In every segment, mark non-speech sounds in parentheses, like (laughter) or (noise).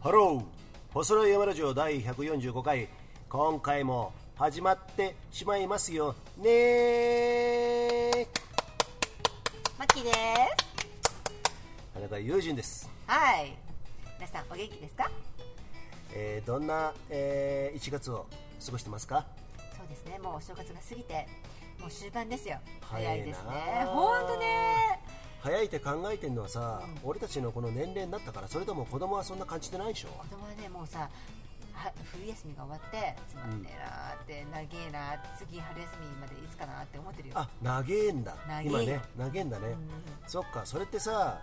ハロー細野山ラジオ第145回今回も始まってしまいますよねマッキーです田中友人です、はい皆さんお元気ですかえーどんな、え1月を過ごしてますかそうですねもうお正月が過ぎてもう終盤ですよ早早いいなですね本当ね早いって考えてるのはさ、俺たちのこの年齢になったからそれとも子供はそんな感じてないでしょ子供はねもうさは冬休みが終わってつまんねえなーって、長えなーって次春休みまでいつかなーって思ってるよあ長えんだ長え今ね長えんだね、うんそっかそれってさ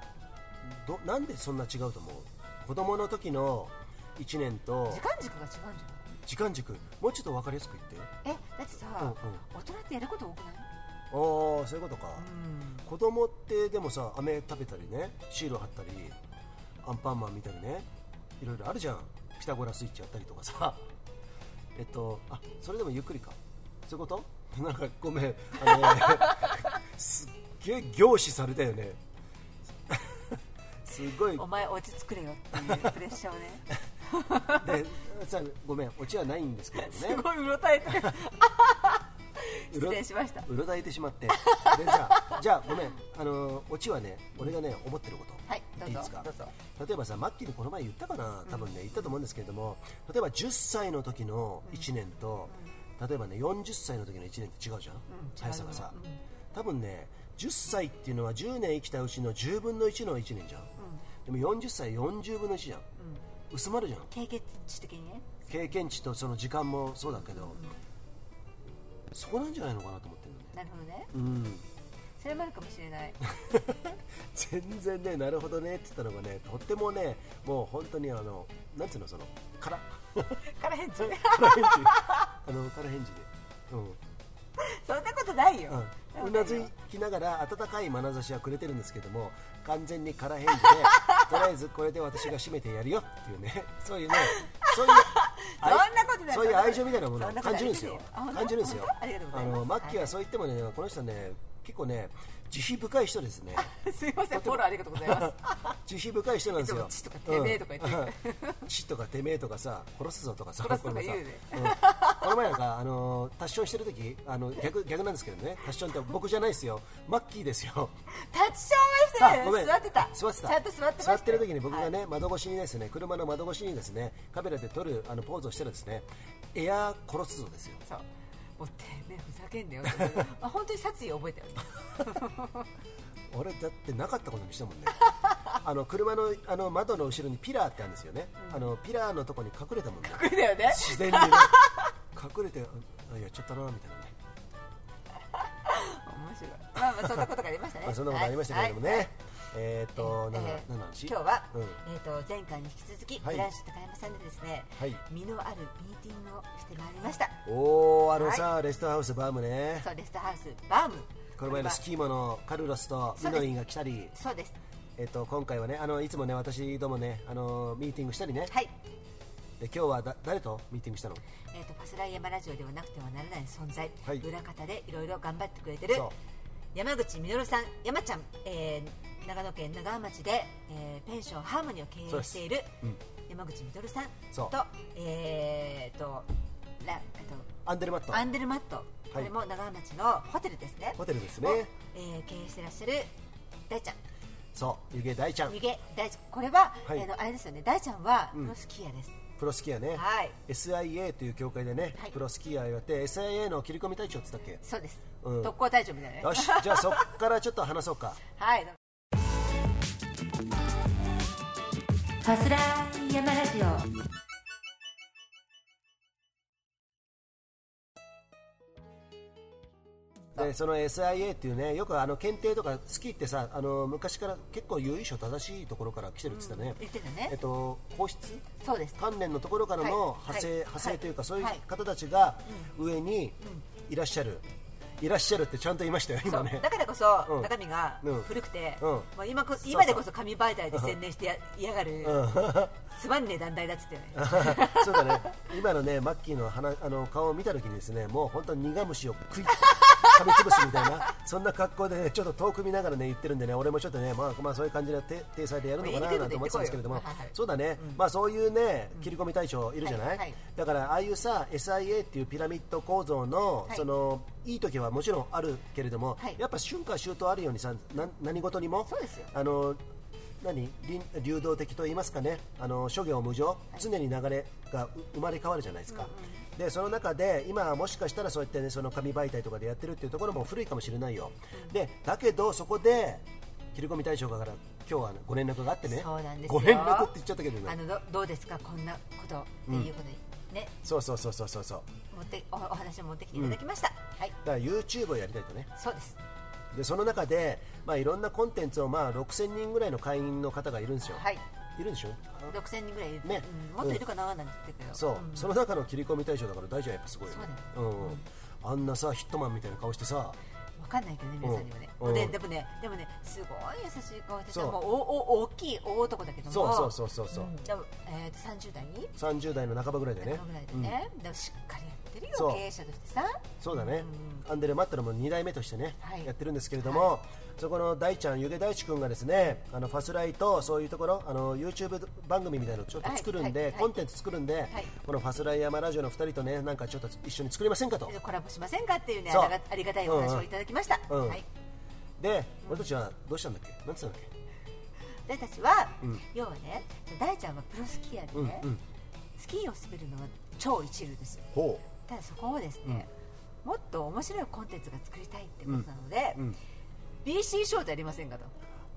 どなんでそんな違うと思う子供の時の1年と時間軸が違うんじ時間軸もうちょっと分かりやすく言ってゃないえだってさ、うんうん大人ってやること多くないああそういうことか、うん子供ってでもさ飴食べたりねシール貼ったりアンパンマン見たりねいろいろあるじゃんピタゴラスイッチやったりとか (laughs) さえっとあそれでもゆっくりかそういうこと (laughs) なんかごめんあのねすっげえ凝視されたよ (laughs) ねすごいお前落ち着くれよっていうプレッシャー (laughs) をねでさごめんオチはないんですけどねすごいうろたえてうろ失礼しましたうろたえてしまってでさじゃあごめんあのオチはね俺がね思ってることはいどうぞいいですかどうぞ例えばさマッキーにこの前言ったかな多分ね言ったと思うんですけれども例えば10歳の時の1年と、例えばね40歳の時の1年って違うじゃん、速さがさ、多分ね10歳っていうのは10年生きたうちの10分の1の1年じゃん、でも40歳40分の1じゃん、薄まるじゃん経験値的にね経験値とその時間もそうだけど、そこなんじゃないのかなと思ってるのねなるほどねうんそれもあるかもしれない全然ね、なるほどねって言ったのがね、とってもね、もう本当にあの、なんつうの、その、から、から返事から返事、あの、から返事で、そんなことないよ、うん、うん、うそなうだずよきながら、温かい眼差しはくれてるんですけども、完全にから (laughs) 返事で、とりあえずこれで私が締めてやるよっていうね、そう (laughs) いうね、そういう、そんなことないそういう愛情みたいなものそをんなこ感とないじるんですよあ本当感じるんですよ本当ありがとうございますのマッキーはそう言ってもね、この人ね結構ね慈悲深い人ですねすいませんフォローありがとうござい (laughs) ます慈悲深い人なんですよいつもちとかてめえとか言ってうん (laughs) ちとかてめえとかさ殺すぞとかさ殺すとか言うねこのさうんこの前なんかあのタッションしてる時あの逆逆なんですけどねタッションって僕じゃないですよマッキーですよタッチションはし (laughs) てごめん座ってた座ってたちゃんと座ってました座ってる時に僕がはいね、窓越しにですね車の窓越しにですねカメラで撮るあのポーズをしてるですねエアー殺すぞですよそうもうてめえふざけん (laughs) なよってまあ本当に殺意を覚えたよね俺だってなかったことにしたも (laughs) んねあの車のあの窓の後ろにピラーってあるんですよね、あのピラーのとこに隠れたもんねこれだよね自然にね隠れてあやっちゃったなみたいなね、面白いまあまあそんなことがありました (laughs) ねまあ、そんなことありましたけれどもね、はいはいえーっと何のえー何の話今日は、うんえー、と前回に引き続き、はいブランシュ高山さんでですね、はい身のあるミーティングをしてまいりましたおーあのさ、レストハウスバームねそうレストハウスバームこの前のスキーモのカルロスとみのりんが来たり、そうですえーっと今回はねあのいつもね私どもねあのミーティングしたりね、はいで今日はだ誰とミーティングしたのえー、とパスライ山ラジオではなくてはならない存在、はい裏方でいろいろ頑張ってくれてるそう山口実さん、山ちゃん、えー長野県長浜町で、えーペンションハーモニーを経営しているそうです山口実さんそうと,、えー、とラえアンデルマッートとアンデルマット、これも長浜町のホテルですねホテルですをねえー経営してらっしゃる大ちゃんそう湯気大ちゃん湯気大ちゃんこれは、はいあのあれですよね大ちゃんはんプロスキーヤーです、プロスキーヤーね、はい SIA という協会でね、はいプロスキーヤーやって SIA の切り込み隊長って言ったっけそうです、うん特攻隊長みたいなねよしじゃあそっからちょっと話そうかはいファスラー山ラジオでその SIA っていうねよくあの検定とかスキーってさあの昔から結構由緒正しいところから来てるって言ってたね、言ってたえっねと皇室そうです関連のところからのはい派生、はい派生というか、はいそういうはい方たちが上にいらっしゃる、いらっしゃるってちゃんと言いましたよそ今うねだからこそ、うん中身がうん古くて、うんもう今こそう今でこそ紙媒体で宣伝してや嫌がる、つまんねえ団体だっつってね (laughs) そうだね今のねマッキーの鼻あの顔を見た時にですねもう本当に苦虫を食い (laughs) 噛みつぶすみたいなそんな格好で、ね、ちょっと遠く見ながらね言ってるんでね俺もちょっとねまあまあそういう感じでて体裁でやるのかなまあいいなん程度でて思ってたんですけれども行ってこいよはいはいそうだねうんまあそういうね切り込み対象いるじゃなはいはいいだからああいうさ SIA っていうピラミッド構造のはいそのいい時はもちろんあるけれどもはいやっぱ春夏秋冬あるようにさな何事にもそうですよあの何りん流動的と言いますかね、あの諸行無常、常に流れがう生まれ変わるじゃないですか、でその中で今はもしかしたらそうやって、ね、その紙媒体とかでやってるっていうところも古いかもしれないよ、でだけどそこで切り込み大将から今日はご連絡があってね、そうなんですよご連絡って言っちゃったけどあね、のどどうですかこんなことっていうことに、ねそうそうそうそうそうそう、持っておお話を持ってきていただきました、はいだから YouTube をやりたいとね、そうですでその中で、まあ、いろんなコンテンツを、まあ、6000人ぐらいの会員の方がいるんですよ、はいいるんでしょ6000人ぐらいいる、ねうん、もっといるかななんて言ってたけどそう、んその中の切り込み対象だから大ちゃんやっぱすごいよねう、ん、あんなさヒットマンみたいな顔してさわかんないけどね皆さんにはね、うんでうんでもねでもねすごい優しい顔してたそうもうおお大きい大男だけどもそうそうそうそうそう、んでも、えー、と30代に30代の半ばぐらいで半ねばぐらいでね、でもしっかりやってるそうよ経営者としてさそうだね、アンデレ・マットラも2代目としてね、はいやってるんですけれども、そこの大ちゃん、湯気大地君がですねあのファスライとそういうところあの YouTube 番組みたいなのをちょっと作るんで、はいはいはいコンテンツ作るんで、このファスライ山ラジオの2人とねなんかちょっと一緒に作りませんかと、コラボしませんかっていうねそうありがありがたいお話をいただきました、うんうんはい、で俺たちはどうしたんだっけ、なんつったんだっけ、私たちは、要はね大ちゃんはプロスキーヤーでね、うんうんスキーを滑るのは超一流ですほただそこをですね、もっと面白いコンテンツが作りたいってことなので、うんうん BC ショートやりませんかとう、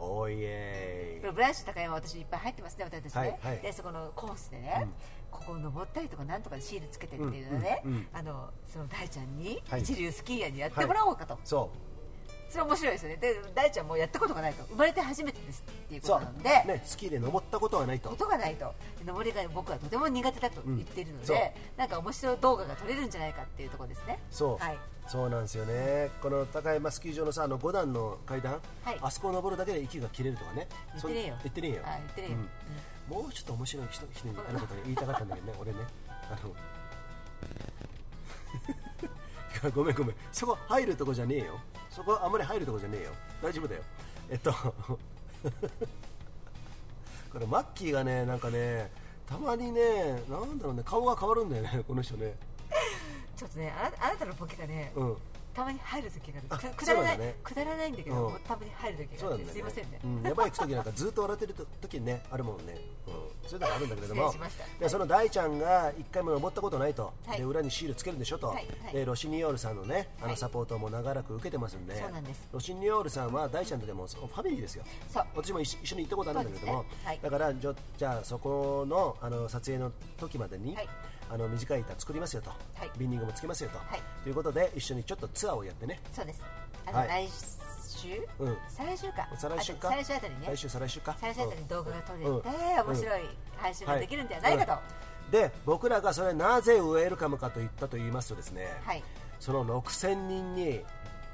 おいえこれブランシュ高山私いっぱい入ってますね私たちね、はいはいでそこのコースでね、ここを登ったりとかなんとかでシールつけてっていうので、ねうんうんうんあのその大ちゃんに、はい一流スキーヤーにやってもらおうかと、い、そう。それ面白いですよねで大ちゃんもやったことがないと生まれて初めてですっていうこそとうなので、ね、スキーで登ったことはないと音がないと登りが僕はとても苦手だと言っているので、うんそうなんか面白い動画が撮れるんじゃないかっていうところですねそう、はいそうなんですよねこの高山スキー場のさあの5段の階段、はいあそこを登るだけで息が切れるとかね言ってねえよそん言ってねえよあ言ってねえよ、うんもうちょっと面白い人人にあのことね言いたかったんだ (laughs) けどね俺ねあの (laughs) ごめんごめんそこ入るとこじゃねえよそこあんまり入るとこじゃねえよ大丈夫だよえっと (laughs) これマッキーがねなんかねたまにねなんだろうね顔が変わるんだよねこの人ねちょっとねあなあなたのボケがね、うんたまに入る時があるあくくだらなそうなんいだねくだらないんだけど、うんたまに入る時そうがあなっんだてよねすいませんね、うん、山行く時なんかずっと笑ってると時にねあるもんね、うん、そういうのがあるんだけれども失礼しましたでその大ちゃんが一回も登ったことないと、はいで裏にシールつけるんでしょと、はいはいでロシニオールさんのねあはのいサポートも長らく受けてますんで,、そうなんですロシニオールさんは大ちゃんとでもそうファミリーですよそう私も一緒一緒に行ったことあるんだけども、そうですねはいだからじゃじゃあそこのあの撮影の時までに、はいあの短い板作りますよと、いビンディングもつけますよと、はいということで一緒にちょっとツアーをやってねそうですあの、はい来週、うん再来週か再来週かあと再来週あたりね来週再来週か最初あたりに動画が撮れて、うん面白い配信ができるんじゃないかと、うんで僕らがそれなぜウェルカムかと言ったと言いますとですね、はいその6000人に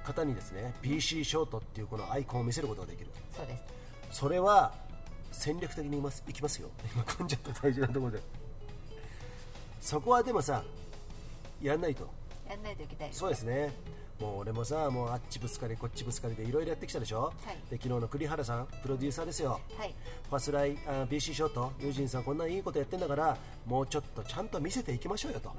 方にですね BC ショートっていうこのアイコンを見せることができるそうですそれは戦略的にいますいきますよ (laughs) 今噛んじゃった大事なところでそこはでもさやんないとやんないといけないそうですねもう俺もさもうあっちぶつかりこっちぶつかりでいろいろやってきたでしょ、はいで昨日の栗原さんプロデューサーですよ、はいファスライあ BC ショート、ユージンさん、こんないいことやってんだから、もうちょっとちゃんと見せていきましょうよと、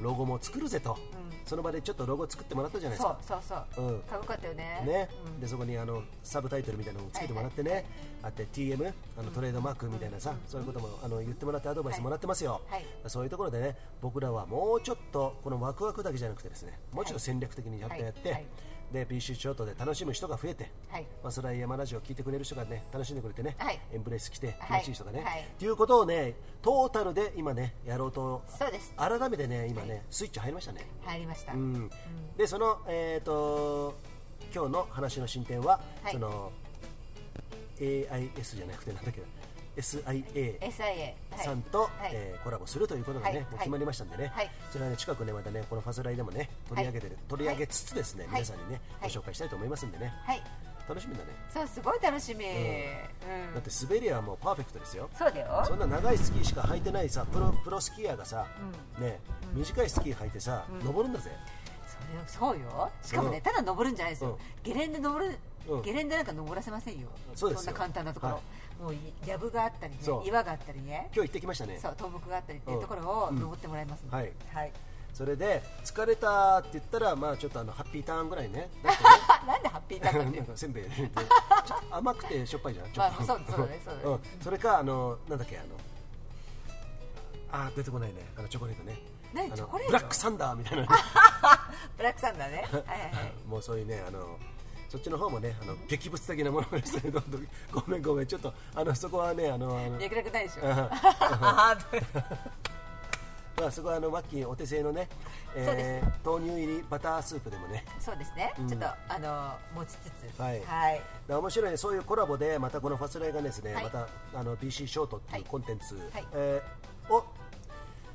ロゴも作るぜと、その場でちょっとロゴ作ってもらったじゃないですそうか、そうそう、うんかっこよかったよねねでそこにあのサブタイトルみたいなのをつけてもらってね、あって TM あの、トレードマークみたいなさ、そういうこともあの言ってもらって、アドバイスもらってますよ、はいそういうところでね、僕らはもうちょっと、このワクワクだけじゃなくて、ですねもうちょっと戦略的にやってやって、はいはいで BC ショートで楽しむ人が増えて。はいまあ、それは山ラジオを聞いてくれる人がね楽しんでくれてね、はいエンブレス来てはい楽しい人がね、はいっていうことをねトータルで今ねやろうとそうです改めてね今ね、スイッチ入りましたね、入りました、うんでそのえっ、と今日の話の進展は、はいその AIS じゃなくてなんだっけな SIA SIA はいさんと、はいえーコラボするということがね、はいもう決まりましたんでね、はいそれはね近くねまたねこのファスライでもね取り上げてる、取り上げつつですね、はい皆さんにね、はいご紹介したいと思いますんでねはい楽しみだねそうすごい楽しみ、うんだって滑りはもうパーフェクトですよそうだよそんな長いスキーしか履いてないさプロプロスキーヤーがさ、ね短いスキー履いてさ、登るんだぜれそうよしかもね、うんただ登るんじゃないですよ、ゲレンデ登る、うんゲレンデなんか登らせませんよそうですよんな簡単なところ、はもういやぶがあったりねそう岩があったりね今日行ってきましたねそう倒木があったりっていうところをうん登ってもらいますので、はいはい、それで疲れたって言ったらまあちょっとあのハッピーターンぐらい (laughs) ね出しあなんでハッピータてーンね (laughs) なんかせんべいでちょっと甘くてしょっぱいじゃんちょっと、まあそうそうだねそうだねん、それかあのなんだっけあのあー出てこないねあのチョコレートね何あのチョコレートブラックサンダーみたいなね (laughs) ブラックサンダーねはいはいはいもうそういうねあのそっちの方もねあの劇物的なものがですねどん (laughs) どんごめんごめんちょっとあのそこはねあのあの略略ないでしょうんあーまあそこはあのマッキーお手製のね、そうーで豆乳入りバタースープでもね (laughs) そうですね、うんちょっとあの持ちつつはいはいだから面白いねそういうコラボでまたこのファスライがですね、はいまたあの BC ショートっていうはいコンテンツ、いえーを、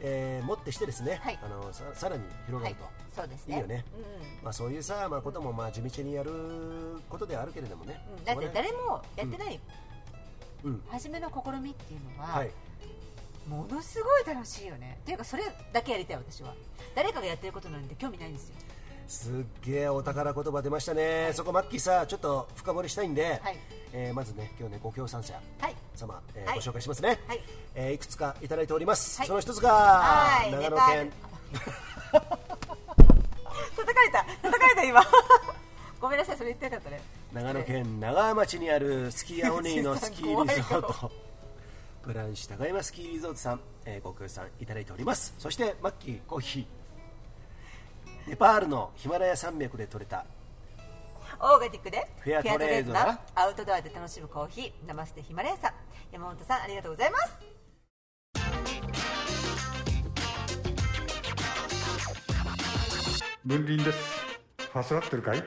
えー持ってしてですね、はいあのささらに広がはいると、そうですいねいよねうんまあそういうさまあこともまあ地道にやることではあるけれどもね、うん、だっそこてね誰もやってないうん初めの試みっていうのは、はいものすごい楽しいよねっていうかそれだけやりたい私は誰かがやってることなんて興味ないんですよすっげえお宝言葉出ましたね、そこマッキーさちょっと深掘りしたいんで、はいえーまずね今日ねご協賛者はい様、えーはいご紹介しますね、はいえーいくつかいただいております、はいその一つが、はい長野県ネ叩かれた叩かれた今 (laughs) ごめんなさいそれ言ってなかったね長野県長浜町にあるスキーアオニーのスキーリゾートブランシュ高山スキーリゾートさん、えーご協賛いただいておりますそしてマッキーコーヒーネパールのヒマラヤ山脈で採れたオーガニックでフェアトレードなフェアトレードなアウトドアで楽しむコーヒー生ステヒマラヤさん山本さんありがとうございます分輪ですファスラってるかい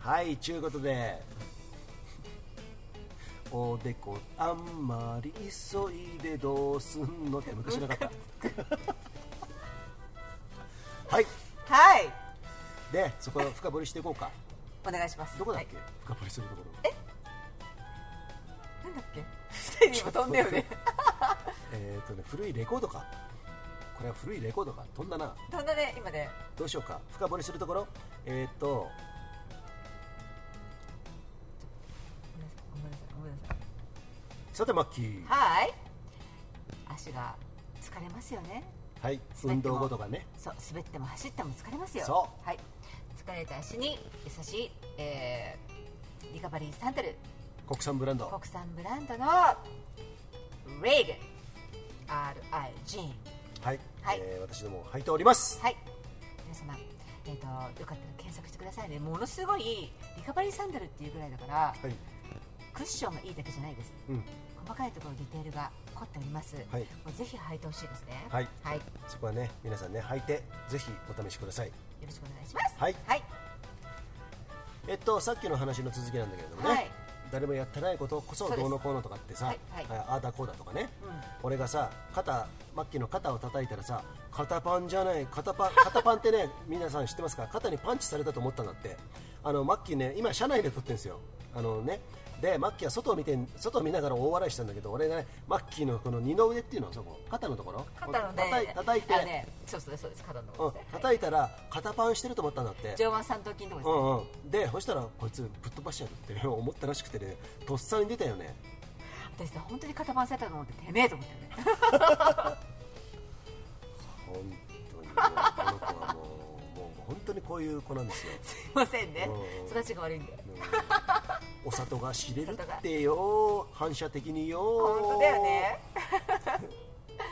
はいちゅうことでおでこあんまり急いでどうすんのって昔なかったはいはいでそこを深掘りしていこうかお願いしますどこだっけ、はい深掘りするところなんだっけ (laughs) 二人今飛んだよねえっ、とね古いレコードかこれは古いレコードか飛んだな飛んだね今ねどうしようか深掘りするところえっ、とごめんなさいごめんなさいさてマッキーはい足が疲れますよねはい運動後とかねそう滑っても走っても疲れますよ、そうはい、疲れた足に優しい、えーリカバリーサンダル国産ブランド国産ブランドのレイグ RIG はい、はいえー私ども履いておりますはい皆様えー、とよかったら検索してくださいねものすごいリカバリーサンダルっていうぐらいだから、はい、クッションがいいだけじゃないですうん、細かいところディテールが凝っております、はいもうぜひ履いてほしいですねはいはい、よそこはね皆さんね履いてぜひお試しくださいろしくお願いしますはいはいえっとさっきの話の続きなんだけれどもね、はい誰もやってないことこそそうですどうのこうのとかってさ、はいはいああだこうだとかね、うん俺がさ肩マッキーの肩を叩いたらさ肩パンじゃない肩パン肩パンってね (laughs) 皆さん知ってますか肩にパンチされたと思ったんだってあのマッキーね今車内で撮ってるんですよあのねでマッキーは外を見て外を見ながら大笑いしたんだけど俺がねマッキーのこの二の腕っていうのそこ肩のところ肩のね叩い叩いて、あのね、そうそうそうです肩のう方んですね、はい叩いたら肩パンしてると思ったんだって上腕三頭筋のとこうろんうん、でそしたらこいつぶっ飛ばしちゃうって (laughs) 思ったらしくてねとっさに出たよねですね、私さ本当に肩パンされたと思っててめえと思ったよね本当にもうこの子はもうもう本当にこういう子なん (laughs) ですよ、すいませんねうん育ちが悪いんでうんお里が知れるお里がってよ反射的によ本当だよね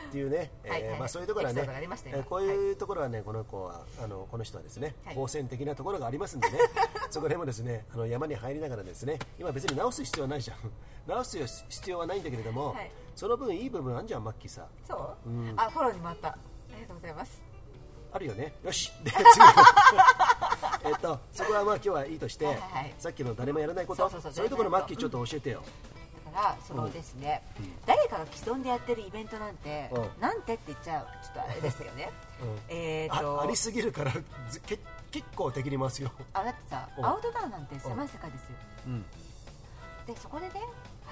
っていうね、えーはいはいまあ、そういうところはねエピソードがありましたよえーこういうところはね、この子はあのこの人はですね、はい好戦的なところがありますん (laughs) でねそこでもですねあの山に入りながらですね今別に直す必要はないじゃん (laughs) 直す必要はないんだけれども、はいその分いい部分あんじゃんマッキーさそう、うんあフォローにもあったありがとうございますあるよねよしで次 (laughs) えっとそこはまあ今日はいいとして、はいはいはいさっきの誰もやらないことそうそうそういうところマッキーちょっと教えてよ、だからそのですね、誰かが既存でやってるイベントなんて、うんなんてって言っちゃうちょっとあれですよね、うんえーとあありすぎるからずけ結構敵に回すよ、あだってさうんアウトドアなんて狭い世界ですようんでそこでね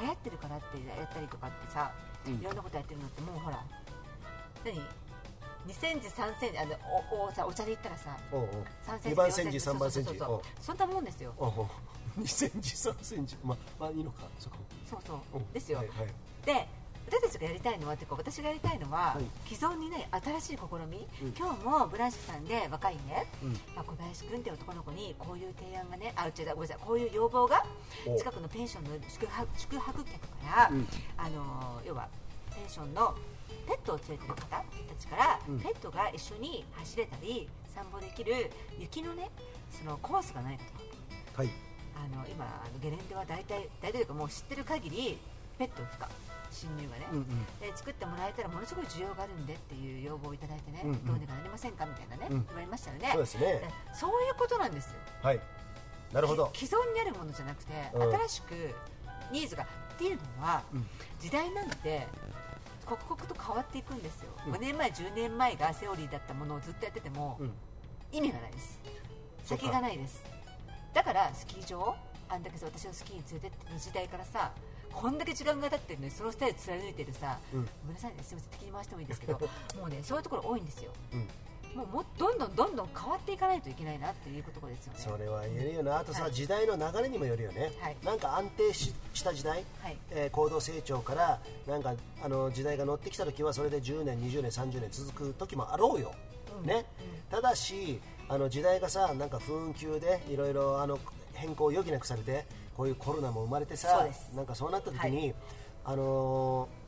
流行ってるからってやったりとかってさ、うんいろんなことやってるのってもうほら何2センチ3センチあのおおさお茶で言ったらさおうおう3センチ2番センチ4 3番センチそうそうそうそんなもんですよおう (laughs) おう2センチ3センチままあいいのかそこそうそおううですよ、はいはいで私たちがやりたいのはていうか私がやりたいのは、はい既存にない新しい試み、うん今日もブランシュさんで若いね、うんまあ、小林君って男の子にこういう提案がねあ違うごめんなさいこういう要望がお近くのペンションの宿泊宿泊客から、うんあのー要はペンションのペットを連れてる方たちから、うんペットが一緒に走れたり散歩できる雪のねそのコースがないかとはいあの今あのゲレンデは大体大体というかもう知ってる限りペット不可侵入がね、うんうんで作ってもらえたらものすごい需要があるんでっていう要望をいただいてね、うんうんどうにかなりませんかみたいなね、うん言われましたよねそうですでねそういうことなんですよはいなるほどき既存にあるものじゃなくて、うん新しくニーズがっていうのは、うん時代なんで刻々と変わっていくんですよ、うん5年前10年前がセオリーだったものをずっとやってても、うん意味がないですそうか先がないですだからスキー場あんだけさ私をスキーに連れてっての時代からさこんだけ時間が経ってるのにそのスタイル貫いてるさ、うんごめんなさいねすみません敵に回してもいいですけ (laughs) どもうねそういうところ多いんですようんもうもうどんどんどんどん変わっていかないといけないなっていうことですよねそれは言えるよなあとさ、はい時代の流れにもよるよね、はいなんか安定しした時代、はいえー高度成長からなんかあの時代が乗ってきた時はそれで10年20年30年続く時もあろうよ、ね、ただしあの時代がさなんか紛糾でいろいろあの変更を余儀なくされてこういうコロナも生まれてそうさですなんかそうなった時はに、あのー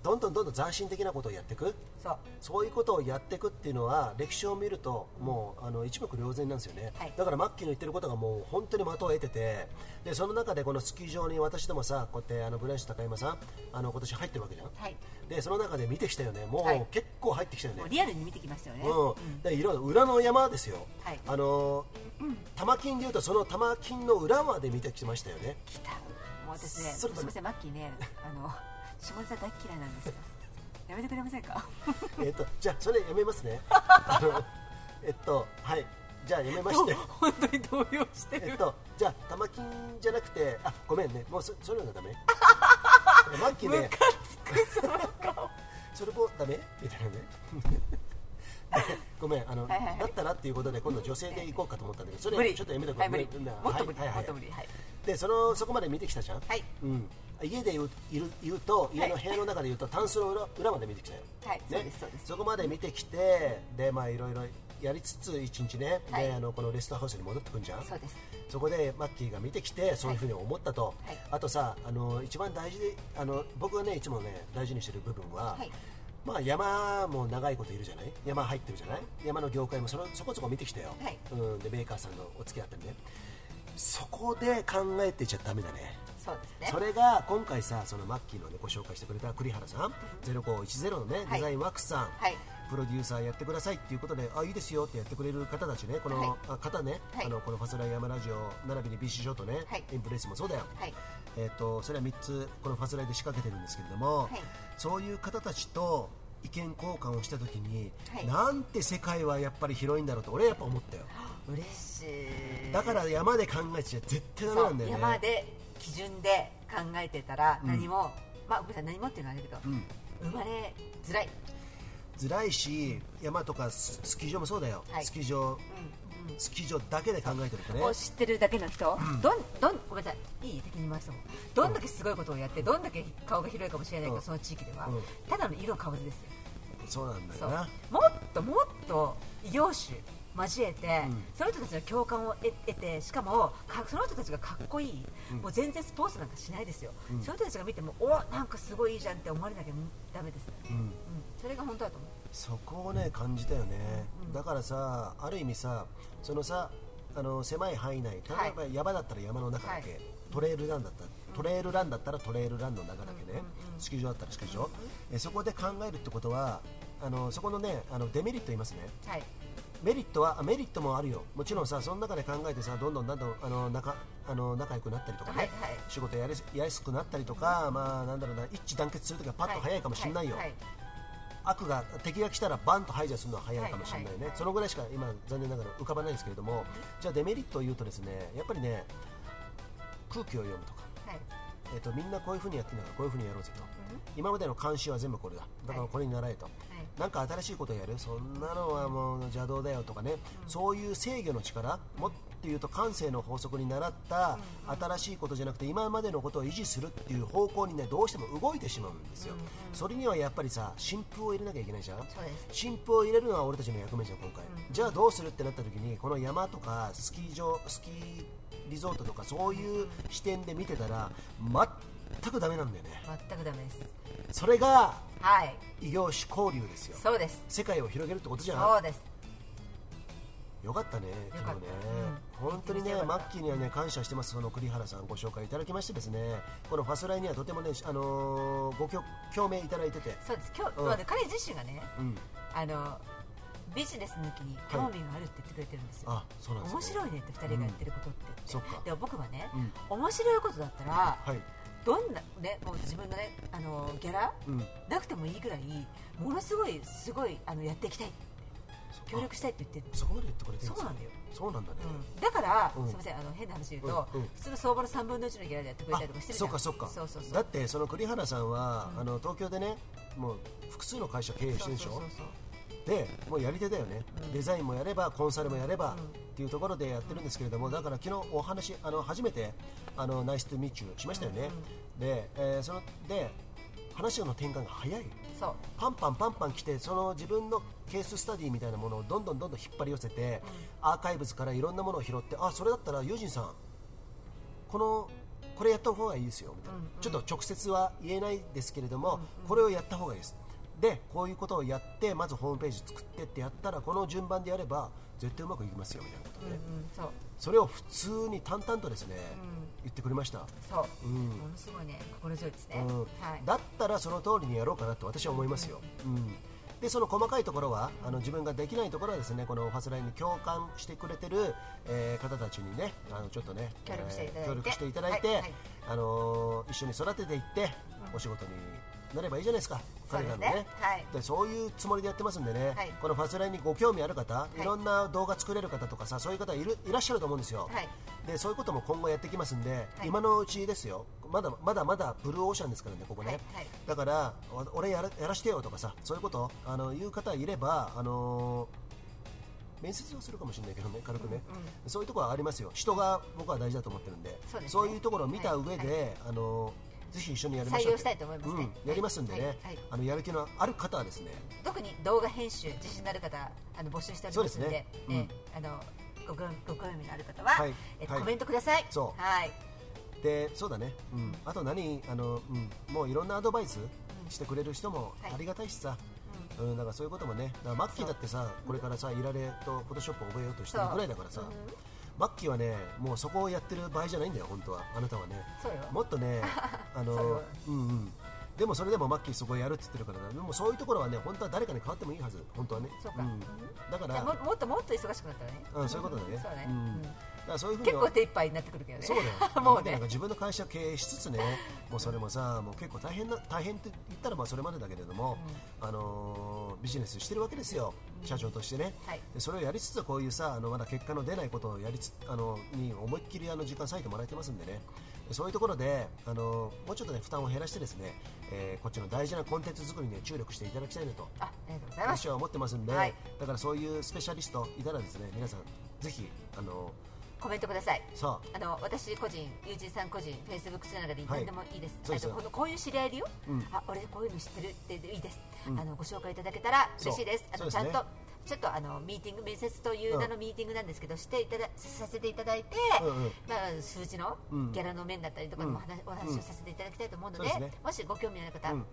どんどんどんどん斬新的なことをやっていくそうそういうことをやっていくっていうのは歴史を見るともうあの一目瞭然なんですよね、はいだからマッキーの言ってることがもう本当に的を得ててでその中でこのスキー場に私どもさこうやってあのブランシュ高山さんあの今年入ってるわけじゃんはいでその中で見てきたよねはもいう結構入ってきたよね、もうリアルに見てきましたよね、うん、でいろいろ裏の山ですよ、はいあの玉金でいうとその玉金の裏まで見てきましたよ (laughs) ね来たもう私ねすそみれとませんマッキー (laughs) ねあの下ネタ大っ嫌いなんですよやめてくれません (laughs) かえっとじゃあそれやめます (laughs) ねあのえっとはいじゃあやめまして本当に動揺してえるっと、じゃあ、玉金じゃなくて、あ、ごめんね、もうそ、それはダメ。マッキーね。それもダメみたいなね。ごめん、あの、はいはいだったらっていうことで、今度女性で行こうかと思ったんだけど、そ無れ理ちょっとやめとこはうい無理うんもっと無理はいはいもはっいと無理はいで、その、そこまで見てきたじゃん。はいうん。家で言ういる言うと家の部屋の中で言うと、タンスの裏裏まで見てきたよ、はいそうねですそうです、そこまで見てきてでまあいろいろやりつつ一日ね、はいであのこのレストハウスに戻ってくんじゃんそうですそこでマッキーが見てきてそういうふうに思ったと、はいあとさあの一番大事であの僕がねいつもね大事にしてる部分は、はいまあ、山も長いこといるじゃない山入ってるじゃない山の業界もそのそこそこ見てきたよ、はいうん、でメーカーさんのお付き合いあったりねそこで考えてちゃダメだねそうですそねれが今回さそのマッキーの、ね、ご紹介してくれた栗原さん、0510のね、はいデザインワークスさん、はいプロデューサーやってくださいっていうことであいいですよってやってくれる方たちねこの、はいあ方ね、はいあのこのファスライヤマラジオ並びに BC ショートね、はいインプレイスもそうだよ、はい (gasps) えっとそれは3つこのファスライで仕掛けてるんですけれども、はいそういう方たちと意見交換をした時に、はいなんて世界はやっぱり広いんだろうと俺はやっぱ思ったよ嬉しいだから山で考えちゃ絶対ダメなんだよねそう山で基準で考えてたらうん何も、まあごめんなさい何もっていうのはあれだけど、うん生まれづらい辛いし山とかススキー場もそうだよ、はいスキー場うんうんスキー場だけで考えてるとねを知ってるだけの人、どんどんごめんなさいいい敵に回してもどんだけすごいことをやってどんだけ顔が広いかもしれないけど、うんその地域では、うんただの色顔図ですよそうなんだそようなもっともっと異業種交えて、うんその人たちの共感を得得てしかもかその人たちがかっこいい、うんもう全然スポーツなんかしないですよ、うんその人たちが見てもおなんかすごいいいじゃんって思われなきゃダメですよね、うんうんそれが本当だと思うそこをね感じたよね、うんだからさある意味さそのさあの狭い範囲内例えば山だったら山の中だけ、はいトレイルランだったらトレイルランだったらトレイルランの中だけね、うんうんスキー場だったらスキー場、えそこで考えるってことはあのそこのねあのデメリット言いますねはいメリットはあメリットもあるよもちろんさその中で考えてさどんどんどんどんあの仲あの仲良くなったりとかね、はいはい仕事やりやりやすくなったりとか、まあなんだろうな一致団結するときはパッと早いかもしれないよ、はは悪が敵が来たらバンと排除するのは早いかもしれないね、はいはいはいそのぐらいしか今残念ながら浮かばないんですけれどもじゃあデメリットを言うとですねやっぱりね空気を読むとか、はいえっとみんなこういうふうにやってんだからこういうふうにやろうぜと今までの慣習は全部これだだからこれに習えと、なんか新しいことやるそんなのはもう邪道だよとかね、そういう制御の力もっと言うと感性の法則に倣った新しいことじゃなくて今までのことを維持するっていう方向にねどうしても動いてしまうんですよ、それにはやっぱりさ新風を入れなきゃいけないじゃんそうです新風を入れるのは俺たちの役目じゃん今回、じゃあどうするってなった時にこの山とかスキー場スキーリゾートとかそういう視点で見てたら全くダメなんだよね全くダメですそれがはい異業種交流ですよそうです世界を広げるってことじゃんそうですよかったね、かった昨日ね、本当にね、マッキーにはね感謝してます、その栗原さん、ご紹介いただきまして、ですねこのファスライにはとてもね、あのーご共共鳴いただいてて、そうです今日、うんまあ彼自身がねうん、あのビジネス抜きに興味があるって言ってくれてるんですよ、あそうなんです、ね、面白いねって2人がやってることってそっ言っかて、で僕はね、うん面白いことだったらはい、どんなねもう自分のねあのギャラうん、なくてもいいぐらいものすごいすごいあのやっていきたい協力したいって言ってるあそこまで言ってくれてるそうなんだよ、そうなんだね、うん、だから、うんすみませんあの変な話言うと、うんうん普通の相場の3分の1のギャラでやってくれたりとかしてるじそゃっんかそっかそうそうそうだってその栗原さんは、うんあの東京でねもう複数の会社経営してるでしょそうそうそうでもうやり手だよね、うんデザインもやればコンサルもやれば、うんっていうところでやってるんですけれどもだから昨日お話あの初めてあのナイストゥミーチューしましたよね、で、えーそので話の転換が早いそうパンパンパンパン来てその自分のケーススタディみたいなものをどんどんどんどん引っ張り寄せて、アーカイブズからいろんなものを拾ってあそれだったらユージンさんこのこれやった方がいいですよみたいな、うんうんちょっと直接は言えないですけれども、これをやった方がいいですでこういうことをやってまずホームページ作ってってやったらこの順番でやれば絶対うまくいきますよみたいなことうんね、うんそうそれを普通に淡々とですね、言ってくれました、そう、うんものすごいね心強いですね、うんはいだったらその通りにやろうかなと私は思いますよ、うんでその細かいところはあの自分ができないところはですねこのファスラインに共感してくれてる、えー方たちにねあのちょっとね協力していただいえてー協力していただいてはいはいあのー一緒に育てていって、お仕事になればいいじゃないですかそう彼でらすのねねはいでそういうつもりでやってますんでね、はいこのファスラインにご興味ある方、いい、ろんな動画作れる方とかさそういう方いるいらっしゃると思うんですよ、はいでそういうことも今後やってきますんで、い今のうちですよまだまだまだブルーオーシャンですからねここね、はいはいだからわ俺やらやらしてよとかさそういうことあの言う方いればあのー面接をするかもしれないけどね軽くね、うんうんそういうところはありますよ人が僕は大事だと思ってるんでそうですねいうところを見た上で、あのーぜひ一緒にやりましょう採用したいと思いますねうん、やりますんでね、はいはいあのやる気のある方はですね特に動画編集自信のある方あの募集しておりますそうでのですねえあのごごご興味のある方は、はいえっとはいコメントくださいそうはいでそうだね、うん、あと何あの、うん、もういろんなアドバイスしてくれる人もはいありがたいしさ、うん、だからそういうこともねだからマッキーだってさこれからさいられとフォトショップ覚えようとしてるぐらいだからさ、マッキーはねもうそこをやってる場合じゃないんだよ本当はあなたはねそうよもっと (laughs) ねあそうのようんうんでもそれでもマッキーそこやるって言ってるからなでもそういうところはね本当は誰かに変わってもいいはず本当はねそうかん、だかじゃあもらもっともっと忙しくなったらね、うん、そういうことだねそうね、うん、だうかんらそういうふうに結構手一杯になってくるけどねそうだよ (laughs) もうなんねか自分の会社経営しつつ (laughs) ねもうそれもさもう結構大変な大変って言ったらまあそれまでだけれども、あのービジネスしてるわけですよ社長としてね、はいでそれをやりつつこういうさあのまだ結果の出ないことをやりつあのに思いっきりあの時間割いてもらえてますんでねでそういうところで、あのーもうちょっとね負担を減らしてですね、えーこっちの大事なコンテンツ作りには注力していただきたいなとあありがとうございま私すは思ってますんで、はいだからそういうスペシャリストいたらですね皆さんぜひあのコメントくださいーさああの私個人、友人さん個人、フェイスブックつながり、はい何でもいいです、そうですあとこのこういう知り合いいるよ、うんあ俺、こういうの知ってるっていいです、うんあのご紹介いただけたら嬉しいです、あそうのちそうゃんですねと、ちょっとあのミーティング、面接という名のうミーティングなんですけど、していたださせていただいて、うんうんまあ、数字のうんギャラの面だったりとかうんもお話、お話をさせていただきたいと思うので、そうですねもしご興味ある方、うん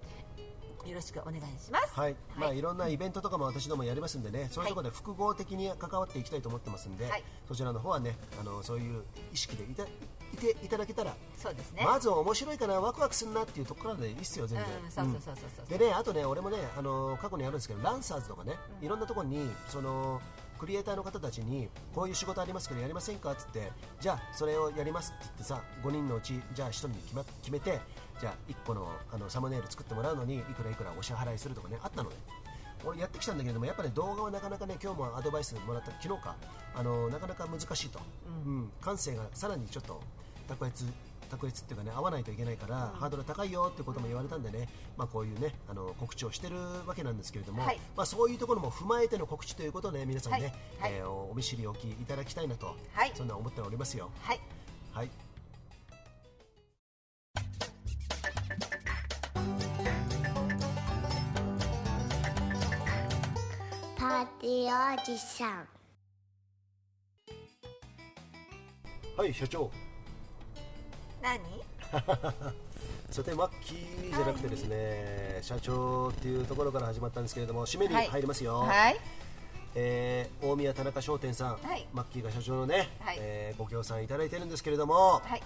よろしくお願いします。はい、まあいよろんなイベントとかも私どもやりますんでね、そういうところで複合的に関わっていきたいと思ってますんで、はいそちらの方はね、あのそういう意識でいたいていただけたら、そうですね、まず面白いかな、ワクワクするなっていうところからでいいっすよ全然。うん、そうそうそうそうそう、でね、あとね、俺もね、あの過去にあるんですけど、ランサーズとかね、いろんなところに、その、クリエイターの方たちに、こういう仕事ありますけど、やりませんかっつって、じゃあ、それをやりますって言ってさ、5人のうち、じゃあ、1人に決,、ま、決めて、じゃあ、1個のあのサムネイル作ってもらうのに、いくらいくらお支払いするとかね、あったのね。俺やってきたんだけれども、やっぱり動画はなかなかね、今日もアドバイスもらった、昨日か、あのなかなか難しいと、うん感性がさらにちょっと、卓越卓越っていうかね合わないといけないから、ハードル高いよってことも言われたんでね、まあ、こういうねあの告知をしてるわけなんですけれども、はいまあ、そういうところも踏まえての告知ということで皆さんね、はいはいえーお見知りおきいただきたいなと、はいそんな思っておりますよ。はいはいパーティーおじさんはい社長何さてマッキーじゃなくてですね、社長っていうところから始まったんですけれども締めに入りますよ、はいえー大宮田中商店さん、はいマッキーが社長のね、はいえーご協賛いただいてるんですけれども、はい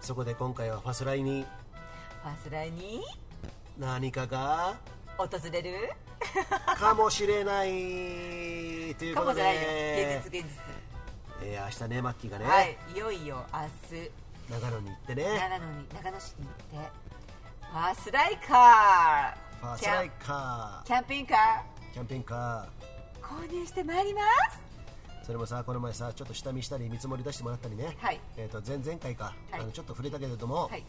そこで今回はファスライにファスライに何か (laughs) が訪れるかもしれないというかこもとしれないでよ現実現実えー明日ねマッキーがね、はいいよいよ明日長野に行ってね長野に長野市に行ってファースライカーファスライカキャンキャンピングカーキャンピングカー購入してまいりまーそれもさこの前さちょっと下見したり見積もり出してもらったりね、はいえー、と前々回か、はいあのちょっと触れたけれども、すはい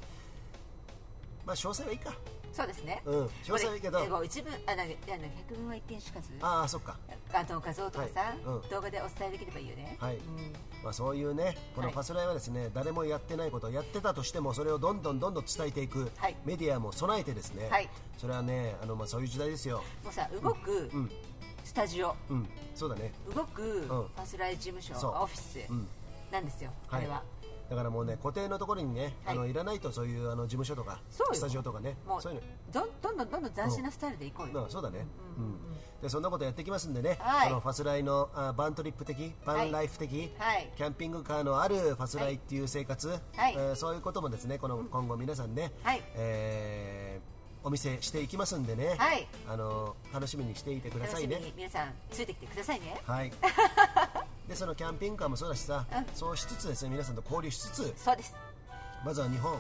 まあ詳細はいいかそうですね、うん詳細はいいけどこれでも一分あなな百分は一見しかずああそっかあの画像とかさ、はいうん動画でお伝えできればいいよねはいうんまあ、そういうねこのはいファスライはですね、誰もやってないことをやってたとしてもそれをどんどんどんどん伝えていく、はいメディアも備えてですね、はいそれはねあの、まあ、そういう時代ですよ、もうさ動くうんスタジオ、うん、そうだね、動くファースライ事務所、そうオフィスうん、なんですよ、はいあれはだからもうね固定のところにね、はいい、あのいらないとそういうあの事務所とかそうよスタジオとかねもうそういうどんどんどんどんどん斬新なスタイルでいこうよ、の、まあ、そうだね、ううんんうんうんでそんなことやってきますんでね、はいあのファスライのあバントリップ的バンライフ的、はいキャンピングカーのあるファスライっていう生活、はいえーそういうこともですねこの今後皆さんね、はいえーお見せしていきますんでね、はいあの楽しみにしていてくだ楽さしいみねに皆さんついてきてくださいねはい (laughs) でそのキャンピングカーもそうだしさ、うんそうしつつですね皆さんと交流しつつそうですまずは日本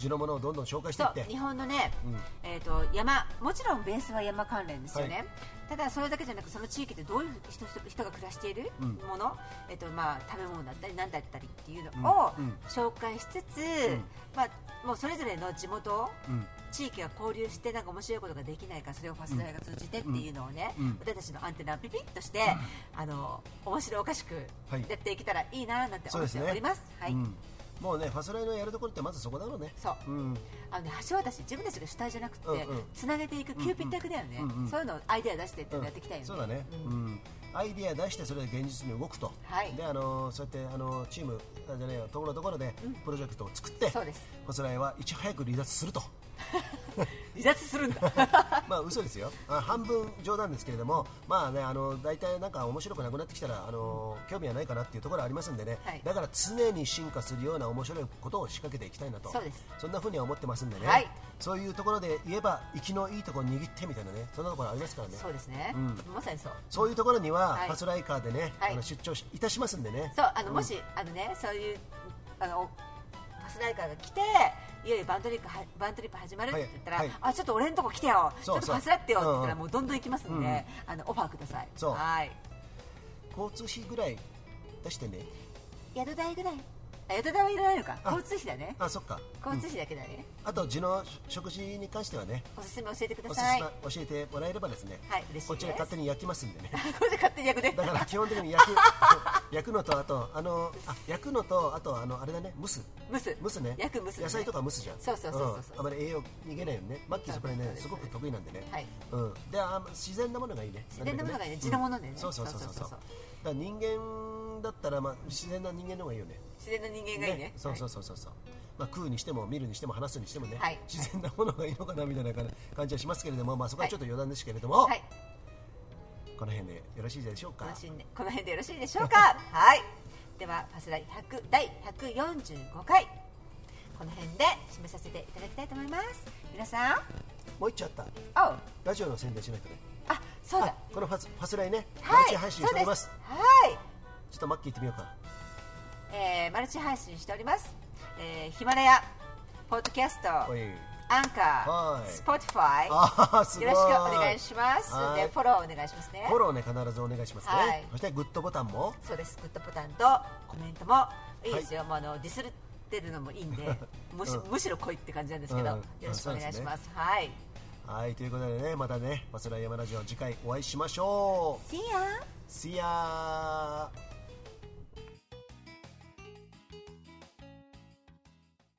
地のものをどんどん紹介してそいうって日本のね、うんえー、と山もちろんベースは山関連ですよね、はいただそれだけじゃなくその地域でどういう人人が暮らしているうんもの、えーとまあ、食べ物だったり何だったりっていうのをうんうん紹介しつつ、んまあ、もうそれぞれの地元うん地域が交流してなんか面白いことができないかそれをファスナーが通じてっていうのをね、うんうん私たちのアンテナをピピッとして、あの面白おかしくはいやっていけたらいいななんてそう思ですってねおります。はい、うんもうねファスライのやるところってまずそこだろうねそううんあのね橋渡し自分たちが主体じゃなくて、うんうんつなげていくキューピッド役だよね、うんうんそういうのをアイデア出してってういうんのやっていきたいよね、そうだね、うんうん、アイディア出してそれで現実に動くと、はいであのそうやってあのチームあじゃねえよところどころでプロジェクトを作って、そうですこちらへはいち早く離脱すると離脱するんだ (laughs) まあ嘘ですよあ半分冗談ですけれどもまあねあの大体なんか面白くなくなってきたらあの、興味はないかなっていうところありますんでね、はいだから常に進化するような面白いことを仕掛けていきたいなとそうですそんなふうには思ってますんでね、はいそういうところで言えば生きのいいところ握ってみたいなねそんなところありますからねそうですね、うんまさにそうそういうところには、はいファスライカーでね、はいあの出張しいたしますんでね。そうあのもし、あのねそういうあのパスライカーが来ていよいよバンドリップはバンドリップ始まるって言ったら、はいはいあちょっと俺のとこ来てよそうちょっとそうパスラってよって言ったらうんうんもうどんどん行きますんで、うんうんあのオファーくださいそうはい交通費ぐらい出してね。宿代ぐらいあ宿代はいらないのかあ交通費だねあ、そっか。交うん通費だけだね、あと、地の食事に関してはね、おすすめ教えてくだおすさいすめ教えてもらえればですね、はい嬉しいですこっちで勝手に焼きますんでね。 (laughs) これで勝手に役でだから基本的に焼く (laughs) 焼くのとあとあのあ焼くのとあとあのあれだね蒸す蒸す蒸すね焼く蒸す、野菜とか蒸すじゃんそうそうそうそうんあまり栄養逃げないよねマッキーそこら辺ねそすうそごうく得意なんでねはいうんであ自然なものがいいね自然なものがいいねうん地のものでねそうそうそうそうそそうそううそだうから人間だったらまあ自然な人間の方がいいよね自然の人間がいいねそうそううそうそうそう、まあ、食うにしても見るにしても話すにしてもね、はい自然なものがいいのかなみたいな感じはしますけれども、まあ、そこはちょっと余談ですけれども、はい、この辺でよろしいでしょうこかの辺でこの辺でよろしいでしょ (laughs) うかはいではパスライ100第145回この辺で締めさせていただきたいと思います皆さんもう一丁あったおうラジオの宣伝しないとねあそうだあこのファスファスライね、マはルいチ配信しておりますそうですはいちょっとマッキー行ってみようかえーマルチ配信しております、えーヒマラヤポッドキャストおいアンカはーいスポティファイあーすごよいろしくお願いしますはいでフォローお願いしますねフォローね必ずお願いしますね、はいそしてグッドボタンもそうですグッドボタンとコメントもいいですよ、もうあのディスるってるのもいい (laughs) んでむし,、うんむしろ来いって感じなんですけど、うんよろしくお願いしあそうでますすはいはいということでねまたね「マスライヤマラジオ」次回お会いしましょう See ya! See ya!